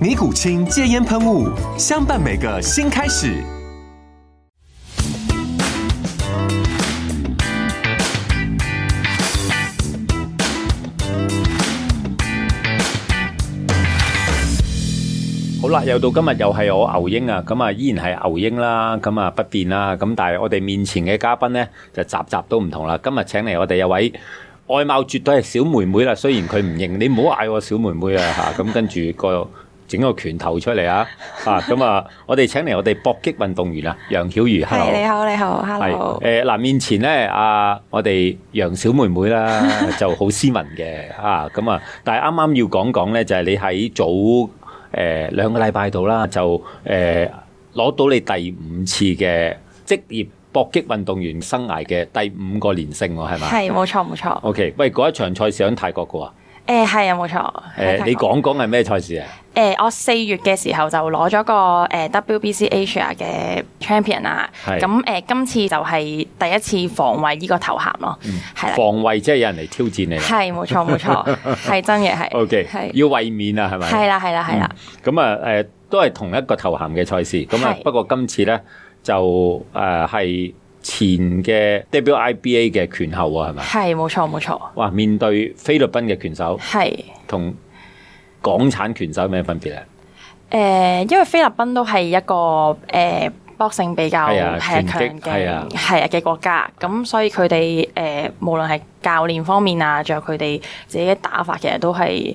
尼古清戒烟喷雾，相伴每个新开始。好啦，又到今日又係我牛英啊，咁啊依然係牛英啦，咁啊不變啦，咁但係我哋面前嘅嘉賓呢，就集集都唔同啦。今日請嚟我哋有位外貌絕對係小妹妹啦，雖然佢唔認，你唔好嗌我小妹妹啊嚇。咁跟住個整個拳頭出嚟啊，啊咁啊，我哋請嚟我哋搏擊運動員啊，楊曉瑜系，hello。你好，你好，hello，係誒嗱，面前咧啊，我哋楊小妹妹啦， 就好斯文嘅啊，咁啊，但係啱啱要講講咧，就係、你喺早誒、兩個禮拜度啦，就誒攞、到你第五次嘅職業搏擊運動員生涯嘅第五個連勝喎，係咪係冇錯冇錯， ？OK，喂，嗰一場賽事喺泰國嘅喎，誒係啊冇錯，誒、係你泰國講講係咩賽事啊？誒我四月嘅時候就攞咗個誒 WBC Asia 嘅 champion 啦，係咁誒今次就係第一次防衞呢個頭銜咯，嗯係啦，防衞即係有人嚟挑戰你啦。啊係冇錯冇錯， 係真嘅係 OK，係要衛冕啊，係咪？係啦係啦係啦，咁啊誒，都係同一個頭銜嘅賽事。咁啊，係不過今次咧就誒係、前嘅 WIBA 嘅拳後啊，係咪？係冇錯冇錯，哇！面對菲律賓嘅拳手係。同港產拳手有咩分別咧？誒、呃因為菲律賓都係一個誒、搏性比較係啊係拳擊強係啊嘅係啊嘅國家，咁所以佢哋誒無論係教練方面啊，仲有佢哋自己嘅打法，其實都係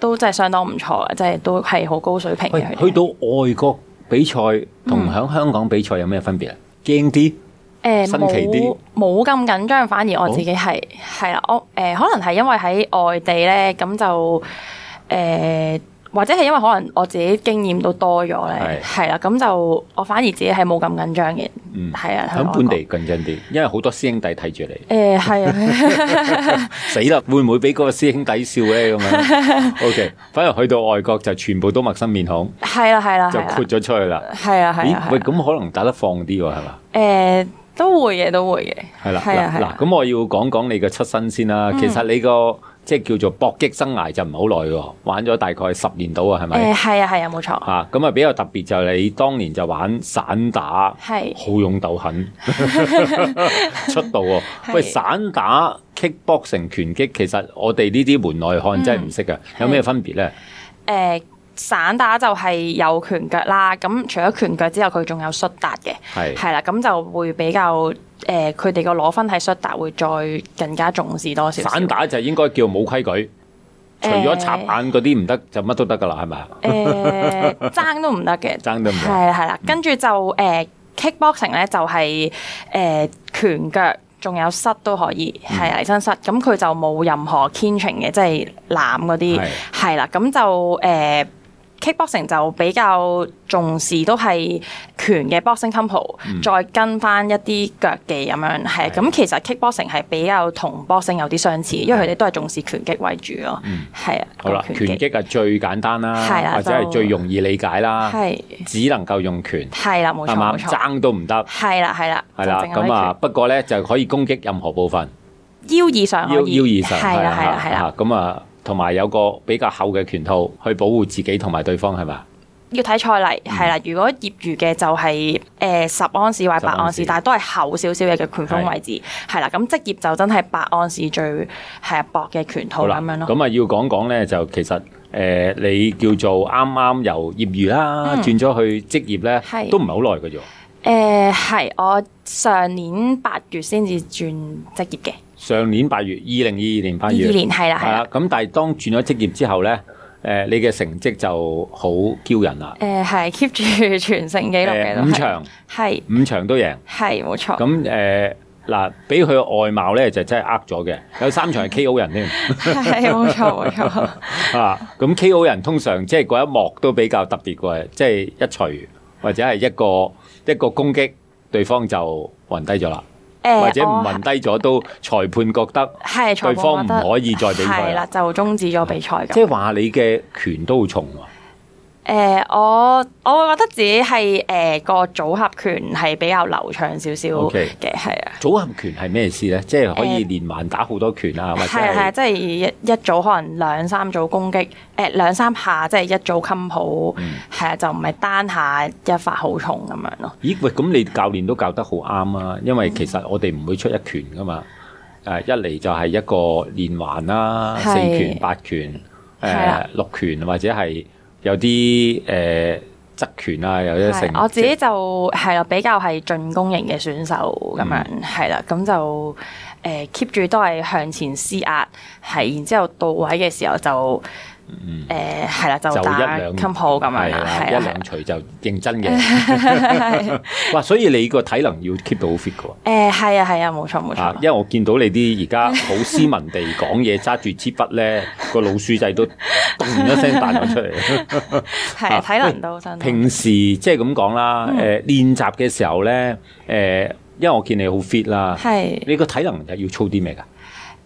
都真係相當唔錯嘅，即係都係好高水平喂嘅。，佢去哋到外國比賽嗯同喺香港比賽有咩分別啊？驚啲誒新奇啲冇呃冇咁緊張，反而我自己係係啦，我誒、呃可能係因為喺外地咧，咁就誒。或者係因為可能我自己經驗都多咗咧係，係啦，咁就我反而自己係冇咁緊張嘅，嗯係啊，喺外本地國緊張啲，因為好多師兄弟睇住你，誒係啊， 死啦！會唔會俾嗰個師兄弟笑咧？咁 樣 OK，反而去到外國就全部都陌生面孔，係啦係啦啊就係啦豁，咗出去啦。係啊係啊咦，喂，咁可能打得放啲喎，係嘛？誒都會嘅都會嘅，係啦，係啊係嗱，嗱啊，嗯咁我要講講你嘅出身先啦。其實你個即係叫做搏擊生涯就唔係好耐喎，玩咗大概十年到啊，係咪誒？係啊係啊冇錯，嚇，咁啊比較特別就係你當年就玩散打，係好勇鬥 狠，出道喎。係喂，散打、kickboxing、拳擊，其實我哋呢啲門外嗯漢真係唔識嘅，有咩分別咧？誒。呃散打就係有拳腳啦，咁除咗拳腳之後，佢仲有摔打嘅，係係啦，咁就會比較誒，佢哋個攞分喺摔打會再更加重視多少少。散打就應該叫冇規矩，除咗插眼嗰啲唔得，就乜都得㗎啦，係咪啊？誒呃爭都唔得嘅，爭都唔得嗯係啦係啦，跟住就誒、kickboxing 咧就係、誒、拳腳。仲有膝都可以，嗯係黎身膝，咁佢就冇任何 kinching 嘅，即係攬嗰啲係，係啦，咁就誒、kickboxing 就比較重視都係拳嘅 boxing combo，、再嗯跟翻一啲腳技咁樣，係啊咁其實 kickboxing 係比較同 boxing 有啲相似，因為佢哋都係重視拳擊為主咯，係啊、嗯好啦，拳擊係最簡單啦，係啦或者係就最容易理解啦，係。只能夠用拳，係啦，冇錯係嘛？冇錯，爭都唔得，係啦係啦，係啦。就淨係可以咁啊，不過咧就可以攻擊任何部分，拳，腰以啊上可腰以腰以上係啦係啦係啦，嚇咁啊，同埋有個比較厚嘅拳套去保護自己同埋對方，係嘛？要睇賽例嗯係啦。如果業餘嘅就係誒十安士或者八安10安士士，但係都係厚少少嘅拳鋒位置係啦。咁職業就真係八安士最係啊薄嘅拳套好啦，咁樣咯。咁啊要講講咧就其實。誒、你叫做啱啱由業餘啦，嗯轉咗去職業咧，係都唔係好耐嘅啫。誒係、我上年八月先至轉職業嘅，上年八月，二零二二年二八月，二年係啦係啊係啦啦。。咁但係當轉咗職業之後咧，誒你嘅成績就好驕人啦。誒係 keep 住 全勝紀錄嘅誒都五係場係五場都贏。係冇錯，咁誒嗱，俾佢外貌咧就真係呃咗嘅，有三場係 K.O. 人 添 係冇 錯冇錯，啊！咁 K.O. 人通常即係嗰一幕都比較特別嘅，即係一錘或者係一個一個攻擊，對方就暈低咗啦，誒或者唔我暈低咗都裁判覺得。係裁對判方唔覺得可以再俾佢啦係啦，就終止咗比賽咁即。係話你嘅拳都好重喎、誒、我我會覺得自己係誒、個組合拳係比較流暢少少 OK 嘅，係啊，組合拳係咩意思咧？即係可以誒連環打好多拳啊，或者係啊係啊，係即係一一組可能兩三組攻擊，誒、兩三下即係一組襟好，嗯係啊、就唔係單下一發好重咁樣咯。咦喂，咁你教練都教得好啱啊！因為其實我哋唔會出一拳噶嘛，誒、一嚟就係一個連環啦，係四拳、八拳、誒、係啦啊六拳，或者係有啲誒側拳啊，有啲係成。我自己就係啦，比較係進攻型嘅選手咁嗯樣，係啦、咁就誒 keep 住都係向前施壓，係然之後到位嘅時候就誒係啦，嗯就就一打兩襟好咁樣係啊啦，啦，係一啦。兩錘就認真嘅。 哇！所以你個體能要 keep 到好 fit 嘅喎。誒係啊係啊，冇錯冇啊錯，因，為我見到你啲而家 好斯文地講嘢，揸住支筆咧，個老鼠仔都咚一聲彈咗出 嚟。係啊啊體能都真係。平時即係咁講啦，嗯誒、練習嘅時候咧，誒、因為我見你好 fit 啦，係你個體能又要操啲咩㗎？誒，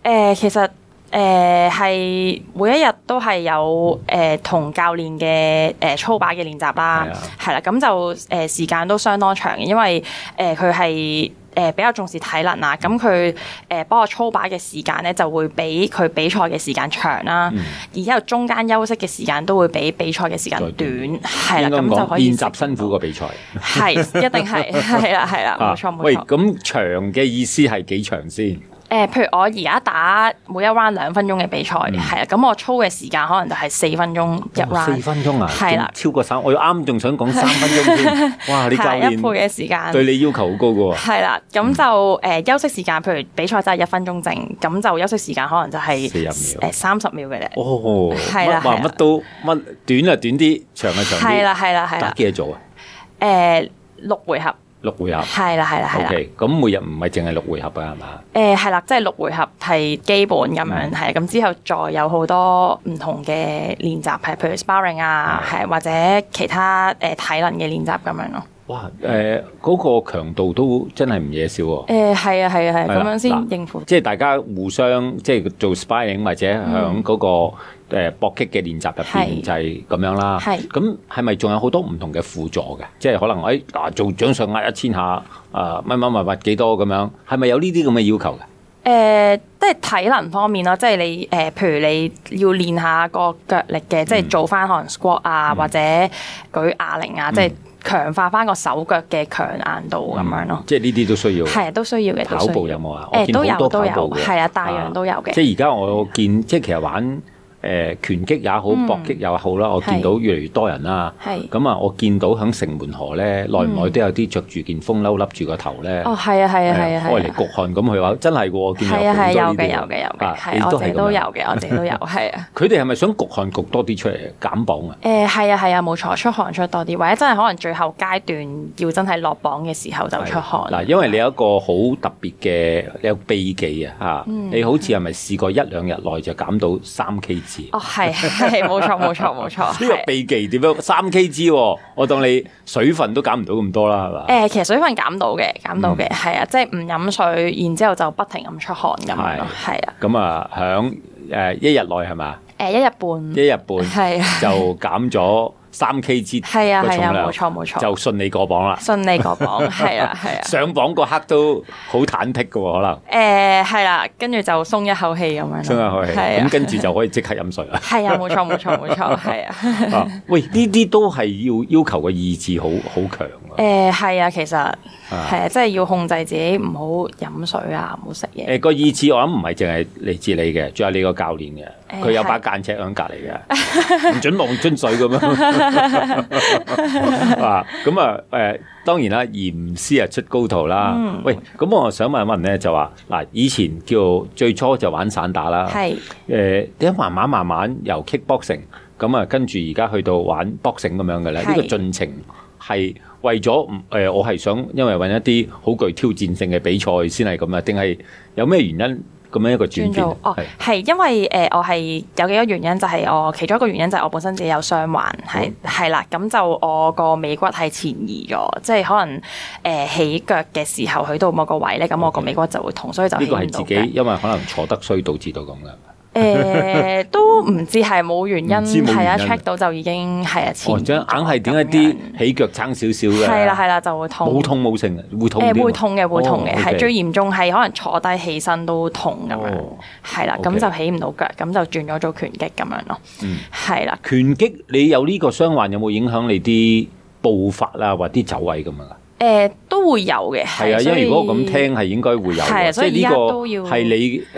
呃其實誒係每一日都係有誒同教練嘅誒操把嘅練習啦係啊，係啦，咁就誒時間都相當長嘅，因為誒佢係。誒比較重視體能啊，嗯咁佢誒幫我操把嘅時間咧，就會比佢比賽嘅時間長啦，嗯然之後中間休息嘅時間都會比比賽嘅時間再短短，係啦，應該咁咁就講，可以練習辛苦過啊比賽。係一定係係啦係啦，冇錯冇喂，錯。咁長嘅意思係幾長先？誒、譬如我而家打每一 round 兩分鐘嘅比賽，嗯係啊、咁我操嘅時間可能就係四分鐘一哇四 round，分鐘啊，係啦仲超過三，我啱仲想講三分鐘添。 哇！你教係一倍練嘅時間。對嗯你要求好高㗎喎。係啦，咁就誒、休息時間，譬如比賽真係一分鐘整，咁就休息時間可能就係40秒誒三十秒嘅咧。哦，係啦乜話係啦乜都乜短啊短啲，長啊長啲。係啦，係啦，係打啦，幾多組啊？誒六回合，六回合。係啦，係啦，係啦， OK，咁每日唔係淨係六回合啊，係嘛？誒係啦，即係六回合係基本咁嗯樣，係啊咁之後再有好多唔同嘅練習，係譬如 sparring 啊，係或者其他誒體能嘅練習咁樣咯。哇！誒嗰個強度都真係唔嘢少喎。誒係啊係啊係啊，係啦咁樣嗱先應付。即係大家互相即係做 sparring 或者響嗰個誒搏擊嘅練習入邊嗯係就係咁樣啦。係咁係咪仲有好多唔同嘅輔助嘅？即係可能誒嗱做掌上壓一千下，啊乜乜乜乜幾多咁樣？係咪有呢啲咁嘅要求嘅？誒、即係體能方面咯，即係你誒、譬如你要練下個腳力嗯嘅，即係做翻可能 squat 啊，或者舉啞鈴嗯啊，即係強化翻個手腳嘅強硬度咁樣咯。即係呢啲都需要。係、啊都需要嘅。都嗯跑需要步有冇啊？誒我見都有好多都跑有步嘅，係啊大洋啊都有嘅即係而家我見，即係其實玩誒、呃拳擊也好，搏擊也好啦，我見到越嚟越多人啦。嗯係嗯咁啊，我見到喺城門河咧，耐唔耐都有啲着住件風褸，笠住個頭咧。哦，係啊，係啊，係啊，愛嚟係啊。焗汗咁去話，真係喎！我見有係啊，係好有多呢啲嘅，有嘅，有啊嘅，你係我自己咁都有樣嘅，我自 己都有，係啊。佢哋係咪想焗汗焗多啲出嚟減磅啊？誒係啊係啊，冇錯，出汗出多啲，或者真係可能最後階段要真係落榜嘅時候就出汗。嗱，因為你有一個好特別嘅，你有秘技啊嚇！嗯你好似係咪試過一兩日內就減到三 K 字？哦，係係冇錯冇錯冇錯。呢個係秘技點樣三 K g 喎？我當你水分都減唔到咁多啦，係嘛？誒，其實水分減到嘅，減到嘅，係啊，即係唔飲水，然之後就不停咁出汗咁樣咯，係啊，咁啊，響誒一日內係嘛？誒一日半，一日半嗯係啊，就減咗三 K g 係啊個係重啊，量冇，錯冇錯，就順利過磅啦。順利過 磅，係啊係啊，嗯上磅嗰刻都好忐忑嘅喎，可能誒係啦，跟住就鬆一口氣咁樣咯，真係可以。係啊。咁，跟住就可以即刻飲水啦 係啊，冇錯冇錯冇 錯，係啊。啊喂，呢啲都係要要求嘅意志好好強啊！誒係啊，其實係啊，即係要控制自己唔好飲水啊，唔好食嘢。誒個意志我諗唔係淨係嚟自你嘅，仲有你個教練嘅，誒佢有把係間尺喺隔離嘅，唔准望樽水咁樣。 啊，咁啊，誒、當然啦，嚴師啊出高徒啦。嗯喂，咁我想問一問咧，就話嗱，以前叫最初就玩散打啦，誒係點解呃慢慢慢慢由 kickboxing 咁啊，跟住而家去到玩 boxing 咁樣嘅咧？呢係個進程係為咗唔誒，我係想因為揾一啲好具挑戰性嘅比賽先係咁啊，定係有咩原因咁樣一個轉轉變到？哦係，係因為誒、呃我係有幾個原因，就係、我其中一個原因就係我本身自己有傷患，嗯係係啦，咁就我個尾骨係前移咗，即係可能誒、呃起腳嘅時候去到某個位咧，咁我個尾骨就會痛，所以就呢起個唔係到自嘅己。因為可能坐得衰導致到咁嘅。誒、呃 都唔知係冇原因，唔知冇係啊原因，check 到就已經係啊，前哦，移即係硬係點解咁樣啲起腳撐少少嘅？係啦係啦就會痛，冇痛冇剩嘅，會痛誒啲會嘛痛嘅，會痛嘅，哦係 OK 最嚴重係可能坐低起身都痛咁樣哦，係啦， OK 咁就起唔到腳，咁就轉咗做拳擊咁樣咯嗯，係啦。拳擊，你有呢個傷患有冇影響你啲步伐啊，或啲走位咁樣啊？誒、都會有嘅，係啊，因為如果我咁聽係應該會有係嘅，啊即所以係呢而家都要個係你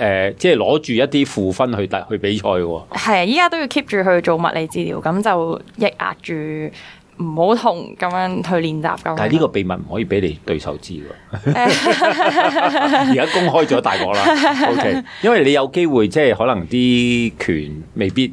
誒，即係攞住一啲負分去去比賽嘅喎。係啊，依家都要 keep 住去做物理治療，咁就抑壓住唔好痛咁樣去練習咁樣。但係呢個秘密唔可以俾你對手知喎， 而家公開咗大鑊 啦。OK，因為你有機會即係可能啲拳未必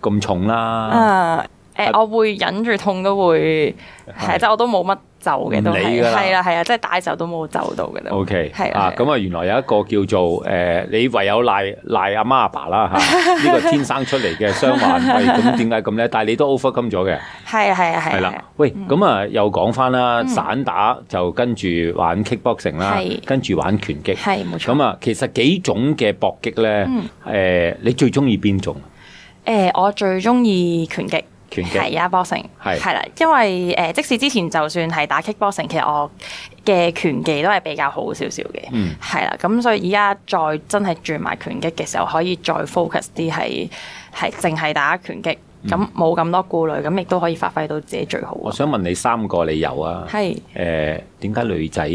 咁重啦，啊誒、我會忍住痛都會係，即係我都冇乜就嘅都啊唔理㗎係，啦係啦係啊，即係打手都冇就到嘅都。 O K，係啦啊，係啦咁啊，原來有一個叫做誒、呃你唯有賴賴阿媽阿爸啦嚇，呢、個天生出嚟嘅傷患，喂，咁點解咁咧？但係你都 overcome 咗嘅，係啊係啊係係啦啊。喂，咁啊、又講翻啦，散打就跟住玩 kickboxing 啦嗯係，跟住玩拳擊，係冇錯。嗯咁啊，其實幾種嘅搏擊咧，誒、你最中意邊種？誒、我最中意拳擊，拳擊係啊，boxing 係係啦，因為誒、即使之前就算係打 kickboxing，其實我嘅拳技都係比較好少少嘅，嗯係啦、咁所以而家再真係轉埋拳擊嘅時候，可以再 focus 啲係係淨係打拳擊，咁冇咁多顧慮，咁亦都可以發揮到自己最好。嗯我想問你三個理由啊，誒係點解女仔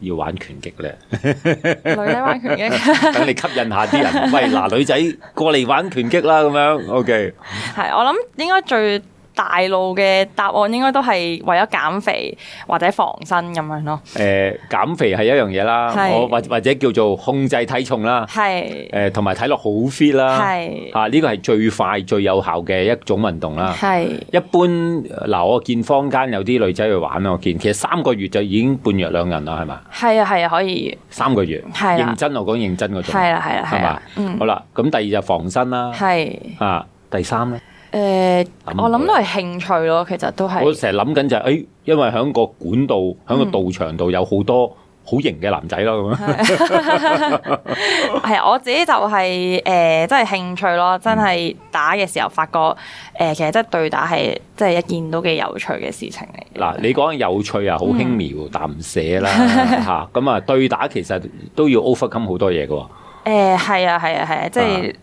要玩拳擊咧？ 女仔玩拳擊。等你吸引下啲人， 喂嗱，女仔過嚟玩拳擊啦，咁樣，OK，係，我諗應該最大路嘅答案應該都係為咗減肥或者防身咁樣咯。誒、減肥係一樣嘢啦，係我或或者叫做控制體重啦，係誒呃同埋睇落好 fit 啦，係啊呢個係最快最有效嘅一種運動啦。係一般呃嗱，我見坊間有啲女仔去玩我見其實三個月就已經半藥兩人啦，係嘛？係啊係啊，可以三個月，係啦認真我講認真嗰種，係啦係啦係係嘛啦，？嗯好啦，咁第二就防身啦，係啊第三咧。誒，諗我諗都係興趣咯，其實都我係嗯成日諗緊就係、誒，因為喺個管道、喺個道場度有好多好型嘅男仔啦，咁樣係啊我自己就係誒，即係興趣咯，真係嗯打嘅時候發覺誒，其實即係對打係即係一件都幾有趣嘅事情 嚟。嗱，你講有趣啊，好輕描嗯淡寫啦嚇，咁啊對打其實都要 overcome 好多嘢嘅喎。誒係啊係啊係啊，即係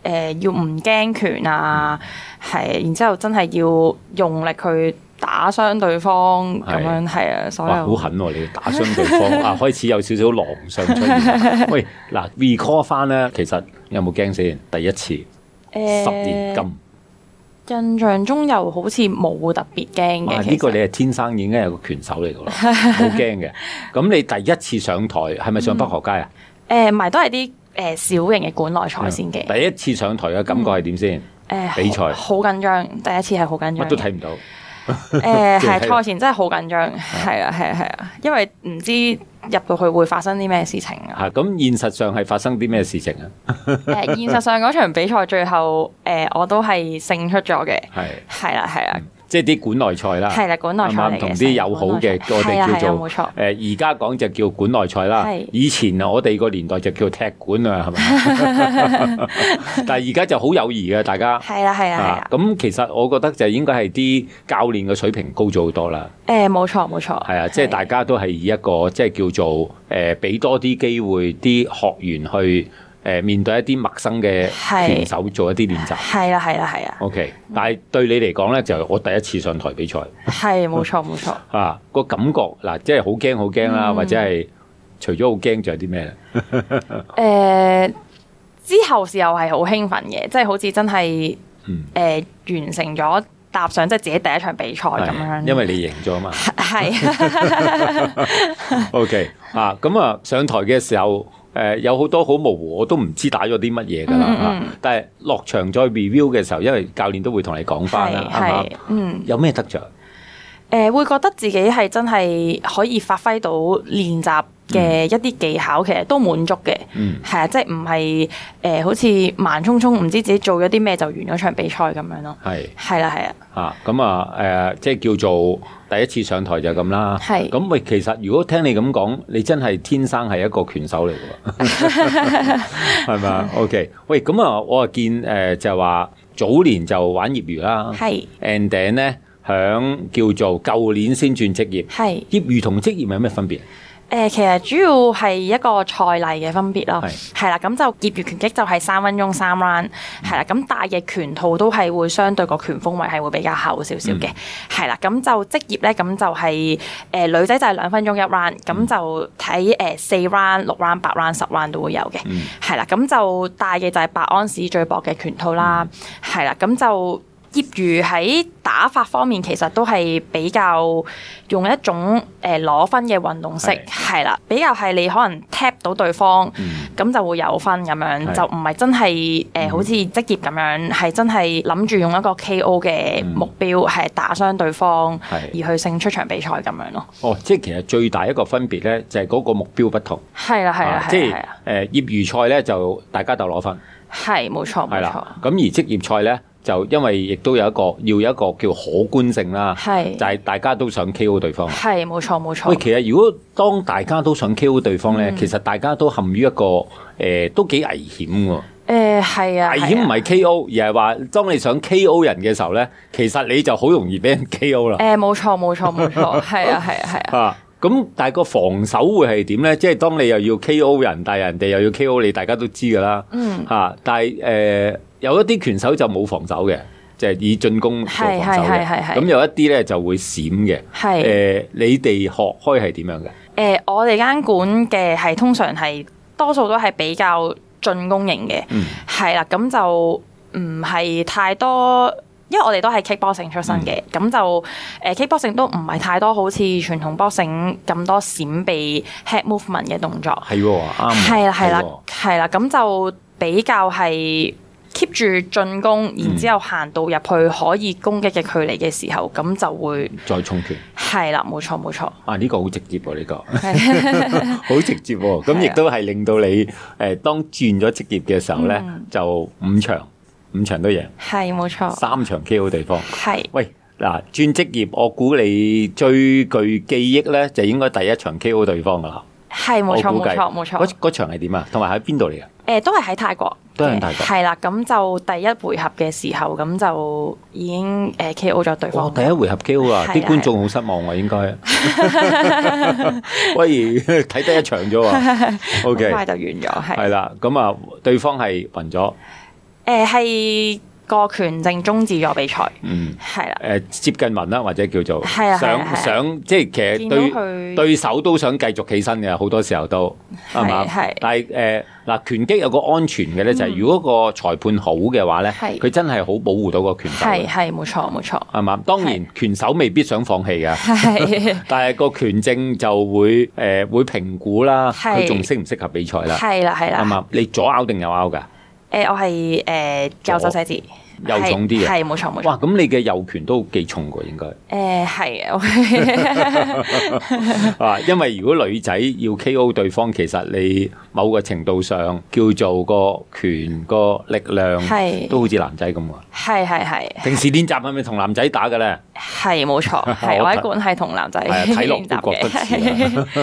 誒要唔驚拳啊，係，然之後真係要用力去打傷對方咁係樣，係啊，所哇，好有狠喎、你打傷對 方啊，開始有少少狼相出現。喂，嗱 recall 翻咧，其實有冇驚先？第一次十年誒金，呃印象中又好似冇特別驚哇！嘅，呢個你其實係天生已經係個拳手嚟㗎啦，好驚 嘅。咁你第一次上台係咪上北河街啊？誒呃唔係都係啲誒小型嘅館內賽先嘅。第一次上台嘅感覺係點先？誒嗯比賽好好緊張，第一次嗯係好緊張乜都。睇唔到。 誒淨係係睇到賽前真係好緊張，係啊係啊係啊，因為唔知入到去會發生啲咩事情 啊。嚇！咁現實上係發生啲咩事情啊？誒現實上嗰場比賽最後誒我都係勝出咗嘅，係係啦係啦啊即係啲館內賽啦，係啦，館內賽啱嚟啱嘅同啲友好嘅成個我館哋叫內賽係啊係啊做冇錯誒，而家講就叫館內賽啦係。以前啊，我哋個年代就叫踢館啊，係咪？ 但係而家就好友誼嘅，大家。係啦係啦係啊啦，，咁其實我覺得就應該係啲教練嘅水平高咗好多啦，誒呃冇錯冇錯，係啊，即係大家都係以一個即係叫做誒俾、多啲機會啲學員去誒、呃面對一啲陌生嘅係拳手做一啲練習。係啦係啦係啊， O、k 但係對你嚟講咧，就係我第一次上台比賽係冇錯冇錯。啊，個感覺嗱、即係好驚好驚啦，嗯或者係除咗好驚，仲有啲咩咧？誒、呃之後時候係好興奮嘅，即係好似真係誒、嗯呃完成咗踏上即係自己第一場比賽咁樣。係 因為你贏咗嘛。 係 OK 啊，咁啊上台嘅時候，誒、有好多好模糊，我都唔知打咗啲乜嘢㗎啦。嗯嗯啊但係落場再 review 嘅時候，因為教練都會同你講翻啦，啊係嘛係嗯。有咩得着？誒、會覺得自己係真係可以發揮到練習嘅一啲技巧，其實都滿足嘅，嗯係啊、即係唔係誒好似盲衝衝，唔知自己做咗啲咩就完咗場比賽咁樣咯。係係啦，係啊，啊，咁啊誒、即係叫做第一次上台就咁啦。係咁喂，其實如果聽你咁講，你真係天生係一個拳手嚟㗎 喎，係咪啊？OK，喂，咁啊，我啊見誒、就係話早年就玩業餘啦。係 and then 咧，響叫做舊年先轉職業。係業餘同職業有咩分別？誒、其實主要係一個賽例嘅分別咯，係嗯係啦，咁就業餘拳擊就係三分鐘三 round，係啦，咁大嘅拳套都係會相對個拳鋒位係會比較厚少少嗯嘅，係啦、咁就職業咧，咁就係、呃女仔就係兩分鐘一 round，咁嗯就睇誒四 round、六 round、八 round、十 round 都會有嘅，嗯係啦、咁就大嘅就係八安士最薄嘅拳嗯套啦，係啦、咁就。業餘喺打法方面，其實都係比較用一種誒攞、分嘅運動式，係係啦，比較係你可能 tap 到對方，嗯咁就會有分咁係嗯樣，就唔係真係誒、呃好似職業咁樣，係真係諗住用一個 KO 嘅目標係、打傷對方，嗯係而去勝出場比賽咁樣咯。哦，即係其實最大一個分別咧，就係、嗰個目標不同。係啦，係啦，啊即係啊係啦誒、業餘賽咧就大家鬥攞分，係啦，係冇錯係冇錯，啦。咁而職業賽咧就因為亦都有一個要有一個叫可觀性啦，就係係大家都想 KO 對方。係冇錯冇錯喂，。其實如果當大家都想 KO 對方嗯咧，其實大家都陷於一個誒、都幾危險喎。誒係啊，危係險啊唔係 KO，而係話當你想 KO 人嘅時候咧，其實你就好容易俾人 KO 啦。誒冇錯冇錯冇 錯，係啊係啊係啊。啊，咁但係個防守會係點咧？即係當你又要 KO 人，但係人哋又要 KO 你，大家都知㗎啦。嗯啊，但係誒、呃有一啲拳手就冇防守嘅，就係以進攻做係防守係嘅。係係係咁有一啲咧就會閃嘅。誒、係你哋學開係點樣嘅？誒、我哋間館嘅係通常係多數都係比較進攻型嘅嗯，係啦、咁就唔係太多。因為我哋都係 kickboxing 出身嘅，嗯咁、就誒、kickboxing 都唔係太多好似傳統 boxing 咁多閃避 head movement 嘅動作，係喎，啱喎。係啦係係啦喎係啦，咁就比較係 keep 住進攻，嗯然之後行到入去可以攻擊嘅距離嘅時候，咁就會再重拳係啦，冇錯冇錯，啊！呢、個好直接喎、呢、 個。係好直接喎、係咁啊亦都係令到你誒、呃、當轉咗職業嘅時候咧，嗯哦就五場五場都贏，係冇錯，三場 KO 對方。係。喂，嗱轉職業，我估你最具記憶咧，就應該第一場 KO 對方噶啦。係冇錯我估冇計錯冇錯嗰，嗰場係點啊？同埋喺邊度嚟啊？誒、都係喺泰國嘅，都係喺泰國係啦，咁就第一回合嘅時候，咁就已經誒 K.O. 咗對哇！方。第一回合 KO 啊，係啊啲觀眾好失望喎，應該。 喂，睇得一場啫喎。O 好 快 K，就完咗，係係啦，咁啊，對方係暈咗，誒係個權證終止咗比賽，嗯。係啦誒、，接近暈啦，或者叫做係啊係啊係想啊想即係其實見到對佢對手都想繼續起身嘅，好多時候都係係嘛係？嗯但係誒嗱，拳擊有個安全嘅咧，就係如果個裁判好嘅話咧，係佢真係好保護到個拳手係嘅，係冇錯冇錯，係嘛？當然拳手未必想放棄嘅，係但係個拳證就會誒、呃、會評估啦，係佢仲適唔適合比賽啦，係啊啦係係啦。嘛？你左拗定右拗㗎？誒我係誒右手寫字，右重啲嘅係係冇錯冇哇！錯。咁你嘅右拳都幾重㗎，應該。誒係，OK，啊，因為如果女仔要 K.O. 對方，其實你某個程度上叫做個拳個力量係都好似男仔咁喎。係係係平時練習係咪同男仔打嘅咧？係冇 錯，係我喺館係同男仔係 啊，睇落練習都覺得嘅，似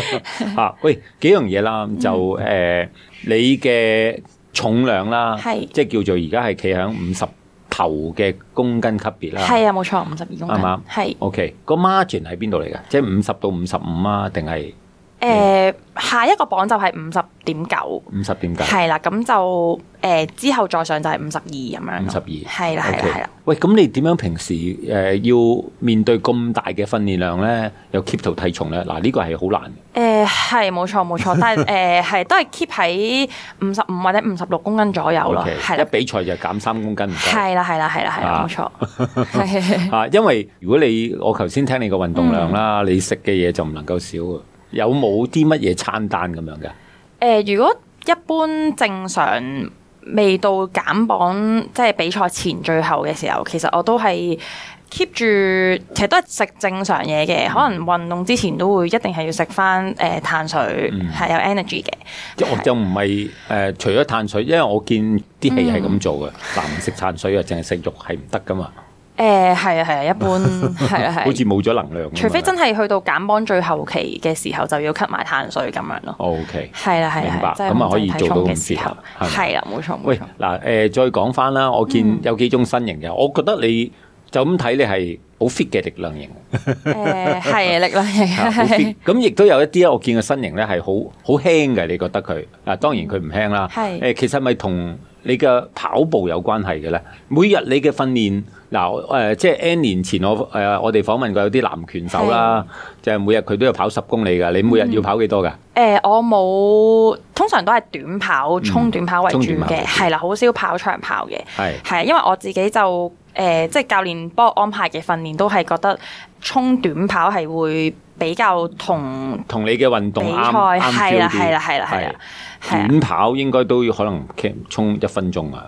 啊。啊，喂，幾樣嘢啦，就誒、呃你嘅重量啦，係即係叫做而家係企喺五十頭嘅公斤級別啦。係啊冇錯，五十二公斤，啱唔啱係。 O K，個 margin 喺邊度嚟嘅？即係五十到五十五啊，定係誒係、呃下一個磅就係五十點九，五十點九，係啦，咁就誒之後再上就係五十二咁樣五咯，十二，係啦係啦 OK 係啦。喂，咁你點樣平時誒、呃要面對咁大嘅訓練量咧，又 keep 到體重咧？嗱，呢個係好難嘅。誒呃係冇錯冇錯， 但係誒呃係都係 keep 喺五十五或者五十六公斤左右咯， OK，係一啦比賽就減三公斤唔該。係啦係啦係啦係啦啊冇錯， 係啊，因為如果你我頭先聽你個運動量嗯啦，你食嘅嘢就唔能夠少啊。有冇啲乜嘢餐單咁樣嘅？誒呃如果一般正常。未到減磅，即係比賽前最後嘅時候，其實我都係 keep 住，其實都係食正常嘢嘅。可能運動之前都會一定係要食翻誒碳水，嗯係、有 energy 嘅。即我就唔係誒，除咗碳水，因為我見啲戲嗯係咁做嘅，嗱唔食碳水啊，淨係食肉係唔得噶嘛，誒係啊係啊，一 般係啊係啊。好似冇咗能量咁樣。除非真係去到減磅最後期嘅時候，就要 cut 埋碳水咁樣咯。 O K。係啦，係明白啦，係咁啊可以控制做體到重咁嘅時候節，合係咪係啦，冇錯冇喂，錯。嗯嗱，誒、再講翻啦，我見有幾種身形嘅，我覺得你就咁睇你係好 fit 嘅力 量型，誒係力量型， 啊好 fit。咁亦都有一啲咧，我見嘅身形咧係好好輕嘅，你覺得佢嗱，當然佢唔輕啦。係誒其實咪同你嘅跑步有關係嘅咧？每日你嘅訓練嗱誒、即係 N 年前我誒、我哋訪問過有啲男拳手啦，就係每日佢都要跑十公里㗎，你每嗯日要跑幾多㗎？誒我冇，通常都係短跑、衝短跑為主嗯衝短跑為嘅，主係啦，好少跑長跑嘅。係係，因為我自己就誒，即係教練幫我安排嘅訓練都係覺得衝短跑係會比較同同你嘅運動比賽啱啱係 feel 啦，啲係啦，係啦，係係嗯啦，係啊。短跑應該都要可能衝一分鐘啊。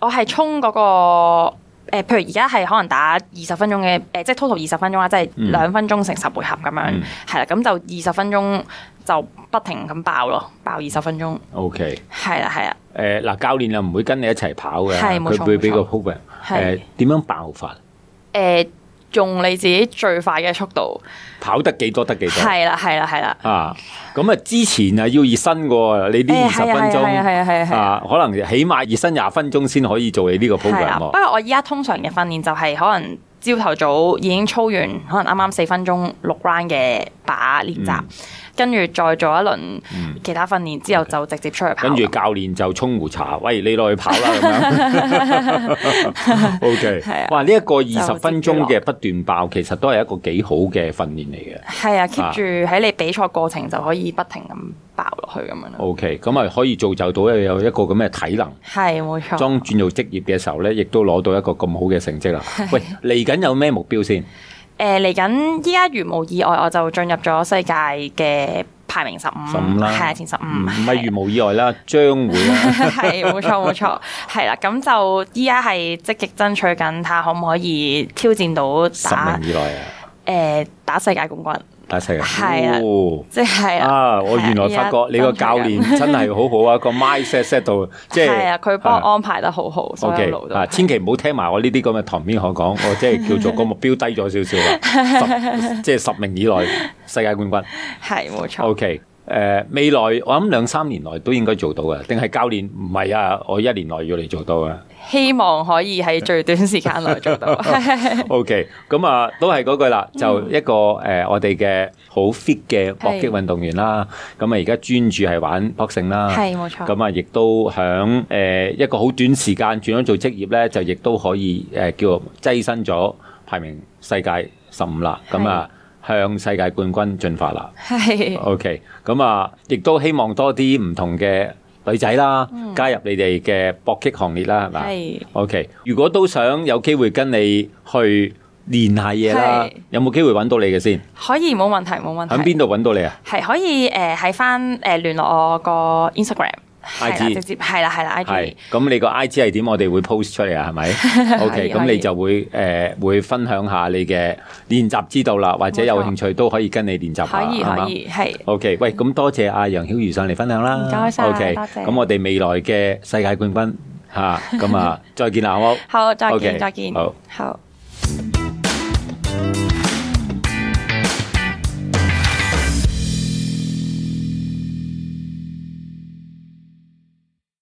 我係衝嗰、個、呃、譬如而家係可能打二十分鐘嘅，誒、即係 total 二十分鐘啦，即係嗯兩分鐘乘十回合咁樣嗯，係啦、咁就二十分鐘就不停咁爆咯，爆二十分鐘， O K，係啦係啦，誒嗱，教練又唔會跟你一齊跑嘅，係冇錯佢會俾冇個錯 program，係誒點樣爆發？誒、呃用你自己最快嘅速度，跑得幾多得幾多？係啦係啦係啦，啊，咁啊之前啊要熱身嘅喎，你呢誒二十分係啊係啊係啊係啊係鐘啊啊，可能起碼熱身廿分鐘先可以做你呢個係啊啦。 program 不喎。過我依家通常嘅訓練就係可能。朝頭早已經操完，可能啱啱四分鐘六 round 嘅靶練嗯習，跟住、再做一輪其他訓練之後，就直接出去跑啦。跟住教練就沖壺茶，喂你落去跑啦咁樣。O K，係啊哇呢一個接二十分鐘落嘅不斷爆，其實都係一個幾好嘅訓練嚟嘅。係啊啊，keep 住喺你比賽過程就可以不停咁爆落去咁樣咯。 O K，咁啊可以造就到有一個咁嘅體能。係冇錯。當轉做職業嘅時候咧，亦都攞到一個咁好嘅成 績啦。喂，嚟緊有咩目標先？誒呃嚟緊依家如無意外，我就進入咗世界嘅排名十五，十五啦，係啊前十五，唔唔係如無意外啦，將會 啦。係冇錯冇錯，係啦。咁就依家係積極爭取緊，睇下可唔可以挑戰到十打名以內啊，誒打世界冠軍， 大世界。係啊哦即係啦啊！我原來發覺你個教 練真係好好啊，個 mindset set 到即係係啊，佢幫我安排得好好，所 O 有 K 路都啊，千祈唔好聽埋我呢啲咁嘅旁邊可講，我即係叫做個目標低咗少少 啦，十即係十名以內世界冠軍。係冇錯。 O K，誒呃未來我諗兩三年內都應該做到嘅，定係教練唔係啊？我一年內要你做到啊。希望可以喺最短時間內做 到。 O K，咁啊，都係嗰句啦，嗯就一個誒、呃我哋嘅好 fit 嘅搏擊運動員啦。咁啊，而家專注係玩 boxing 啦。係冇錯咁啊，亦都響誒、呃一個好短時間轉咗做職業咧，就亦都可以誒、呃叫做躋身咗排名世界十五啦。咁啊，向世界冠軍進發啦。係。 O K，咁啊，亦都希望多啲唔同嘅女仔啦，加入你哋嘅搏擊行列啦，係咪嗯係？O K，如果都想有機會跟你去練下嘢啦係，有冇機會揾到你嘅先？可以冇問題，冇問題。喺邊度揾到你啊？係可以誒喺翻誒聯絡我個 Instagram，係啦 IG 直接係啦係啦係 IG，，咁你個 I G 係點？我哋會 post 出嚟啊，係咪？O K，可以咁你就會誒、呃、會分享下你嘅練習之道啦，或者冇錯有興趣都可以跟你練習下，可以係嘛可以係 O、k 喂，咁多謝阿楊曉瑜上嚟分享啦，唔該晒 O K，多謝咁我哋未來嘅世界冠軍吓，咁啊，再見啦，好冇？好，再 OK，見再見，好好。